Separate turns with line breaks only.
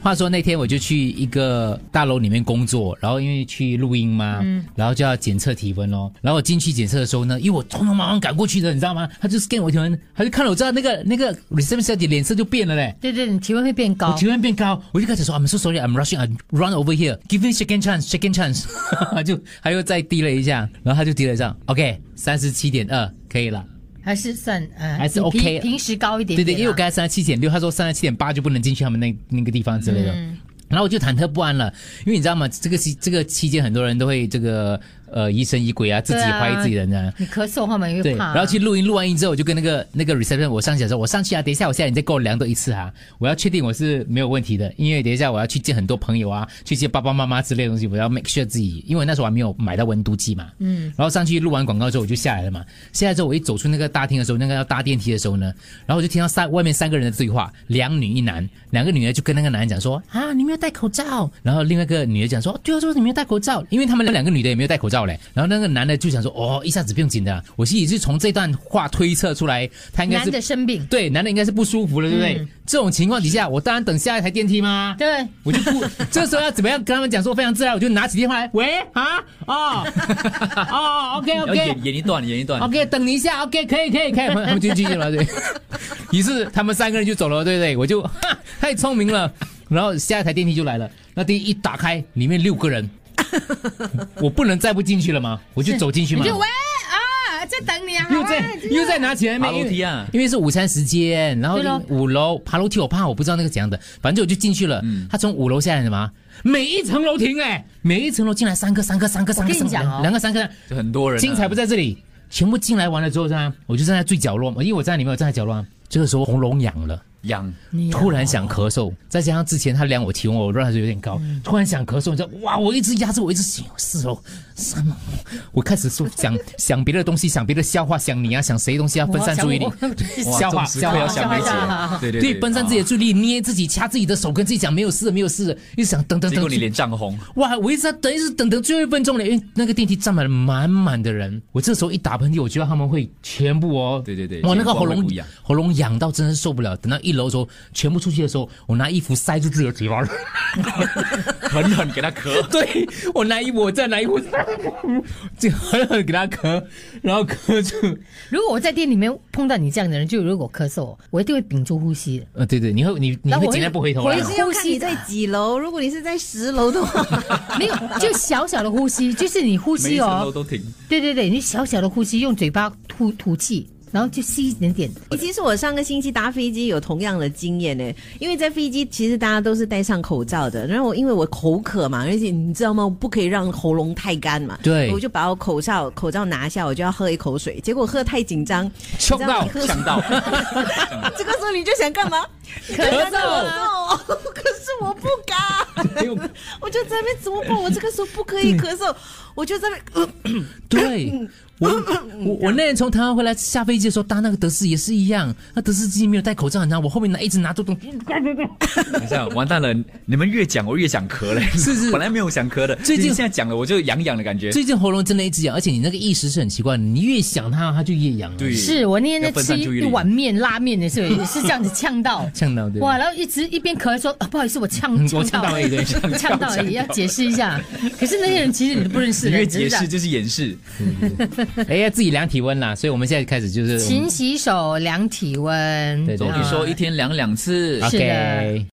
话说那天我就去一个大楼里面工作，然后因为去录音嘛，然后就要检测体温咯。然后我进去检测的时候呢，因为我匆匆忙忙赶过去的，你知道吗？他就 scan 我体温，他就看了我知道那个那个 reception 小姐脸色就变了嘞。
对对，你体温会变
我
高。
体温变高，我就开始说 I'm so sorry, I'm rushing, I'm run over here, give me second chance, second chance，就 他又再滴了一下，然后他就滴了一下，OK，三十七点二，可以了。
还是算呃，
还是
比
OK
平平时高一点
对对，
点啊
因为我刚才三十七点六，他说三十七点八就不能进去他们那那个地方之类的。
嗯
然后我就忐忑不安了，因为你知道吗？这个期这个期间，很多人都会这个呃疑神疑鬼啊，自己
对啊
怀疑自己人啊。
你咳嗽的话嘛，因
对，
为怕啊、
然后去录音，录完音之后，我就跟那个那个 reception 我上去的时候，我上去啊，等一下，我现在你再给我量多一次啊，我要确定我是没有问题的，因为等一下我要去见很多朋友啊，去见爸爸妈妈之类的东西，我要 make sure 自己，因为那时候我还没有买到温度计嘛，嗯，然后上去录完广告之后我就下来了嘛，下来之后我一走出那个大厅的时候，那个要搭电梯的时候呢，然后我就听到三外面三个人的对话，两女一男，两个女的就跟那个男人讲说啊，你没有戴口罩，然后另外一个女的讲说，对啊，说你没有戴口罩，因为他们两个女的也没有戴口罩嘞，然后那个男的就想说，哦，一下子不用紧的啊，我心里是从这段话推测出来，他应该
男
是
的生病，
对男的应该是不舒服了，对不对？这种情况底下，我当然等下一台电梯嘛，
对，
我就不，这时候要怎么样跟他们讲说非常自然，我就拿起电话来，喂啊哦哦，OK
要
OK，
演演一段，演一段。
OK，等你一下，OK，可以，可以， 可以，他们他们就进去了，对。于是他们三个人就走了，对不对？我就哈太聪明了。然后下一台电梯就来了，那电梯一打开，里面六个 人，我不能再不进去了吗？我就走进去嘛
你，就喂啊，在等你啊，
又
好
再
啊
又再拿起来没
爬楼梯啊
因为是午餐时间，然后
对咯
五楼爬楼梯我怕我不知道那个怎样的，反正我就进去了。
嗯
他从五楼下来什么？每一层楼停哎、每一层楼进来三个三个三个三个，
我跟你
三
讲
个
哦
两个三个，
就很多人、啊，
精彩不在这里，全部进来完了之后呢，我就站在最角落嘛，因为我站在里面，我站在角落啊。这个时候喉咙痒了，
痒，
你啊
突然想咳嗽，再加上之前他量我体温，我让他有点高，突然想咳嗽，你知道，哇，我一直压制，我一直想四楼、三楼，哦我开始说想 想别的东西，想别的笑话，想你啊，想谁东西要分散注意力，
哇想我
笑
哇
话
这种时刻
笑话
要
笑
想
话
理解
笑话，
对对啊
对，分散自己的注意力，捏自己，掐自己的手，跟自己讲没有事的，没有事的，一直想等等
结
等
果，你脸涨 红，
哇！我一直在等，一直等，等最后一分钟了，因为那个电梯站满了满满的人。我这时候一打喷嚏，我觉得他们会全部哦，
对对对
我那个
全部
喉咙
会不一样
喉咙痒到真的受不了。等到一楼的时候，全部出去的时候，我拿衣服塞住自己的嘴巴 了。。
狠狠给他咳
对我拿衣服，我再拿衣服，就狠狠给他咳，然后咳住。
如果我在店里面碰到你这样的人，就如果咳嗽，我一定会屏住呼吸的。
呃，对对，你会你你
那
会
我
尽
会
量不回头
我
啦
会
可。是要看你在几楼，如果你是在十楼 的话，
没有，就小小的呼吸，就是你呼
每一
吸
层楼
哦，
都停，
对对对，你小小的呼吸，用嘴巴吐吐气，然后就吸一点点。
其实我上个星期搭飞机有同样的经验呢，因为在飞机其实大家都是戴上口罩的，然后我因为我口渴嘛，而且你知道吗，我不可以让喉咙太干嘛，
对
我就把我口罩口罩拿下，我就要喝一口水，结果喝太紧张，
呛到
你知道吗
呛到，
这个时候你就想干嘛？
咳
咳
嗽，
嗽，可是我不 敢， 我就在那边怎么办？我这个时候不可以咳嗽，我就在那边。呃
对。我我我那天从台湾回来下飞机的时候搭那个德士也是一样，那德士自己没有戴口罩，你知道我后面拿一直拿着东西，
等一下，完蛋了！你们越讲我越想咳嘞，
是是
本来没有想咳的，
最近
你现在讲了我就痒痒的感觉。
最近喉咙真的一直痒，而且你那个意识是很奇怪，你越想它，它就越痒了。
对，
是我那天在
要分
吃
散注意
一
力
碗面拉面的时候，也是这样子呛 到。
呛到对。
哇，然后一直一边咳说、啊，不好意思，我呛
嗯我
呛
呛
到
到了 一堆
呛到而已，要解释一下。可是那些人其实你都不认识
你
的，
越
只
解
是这样
释就是掩饰，
哎呀，自己量体温啦，所以我们现在开始
嗯
就是
勤洗手，量体温。啊
对对
总
对啊
体说一天量两次
是的
OK。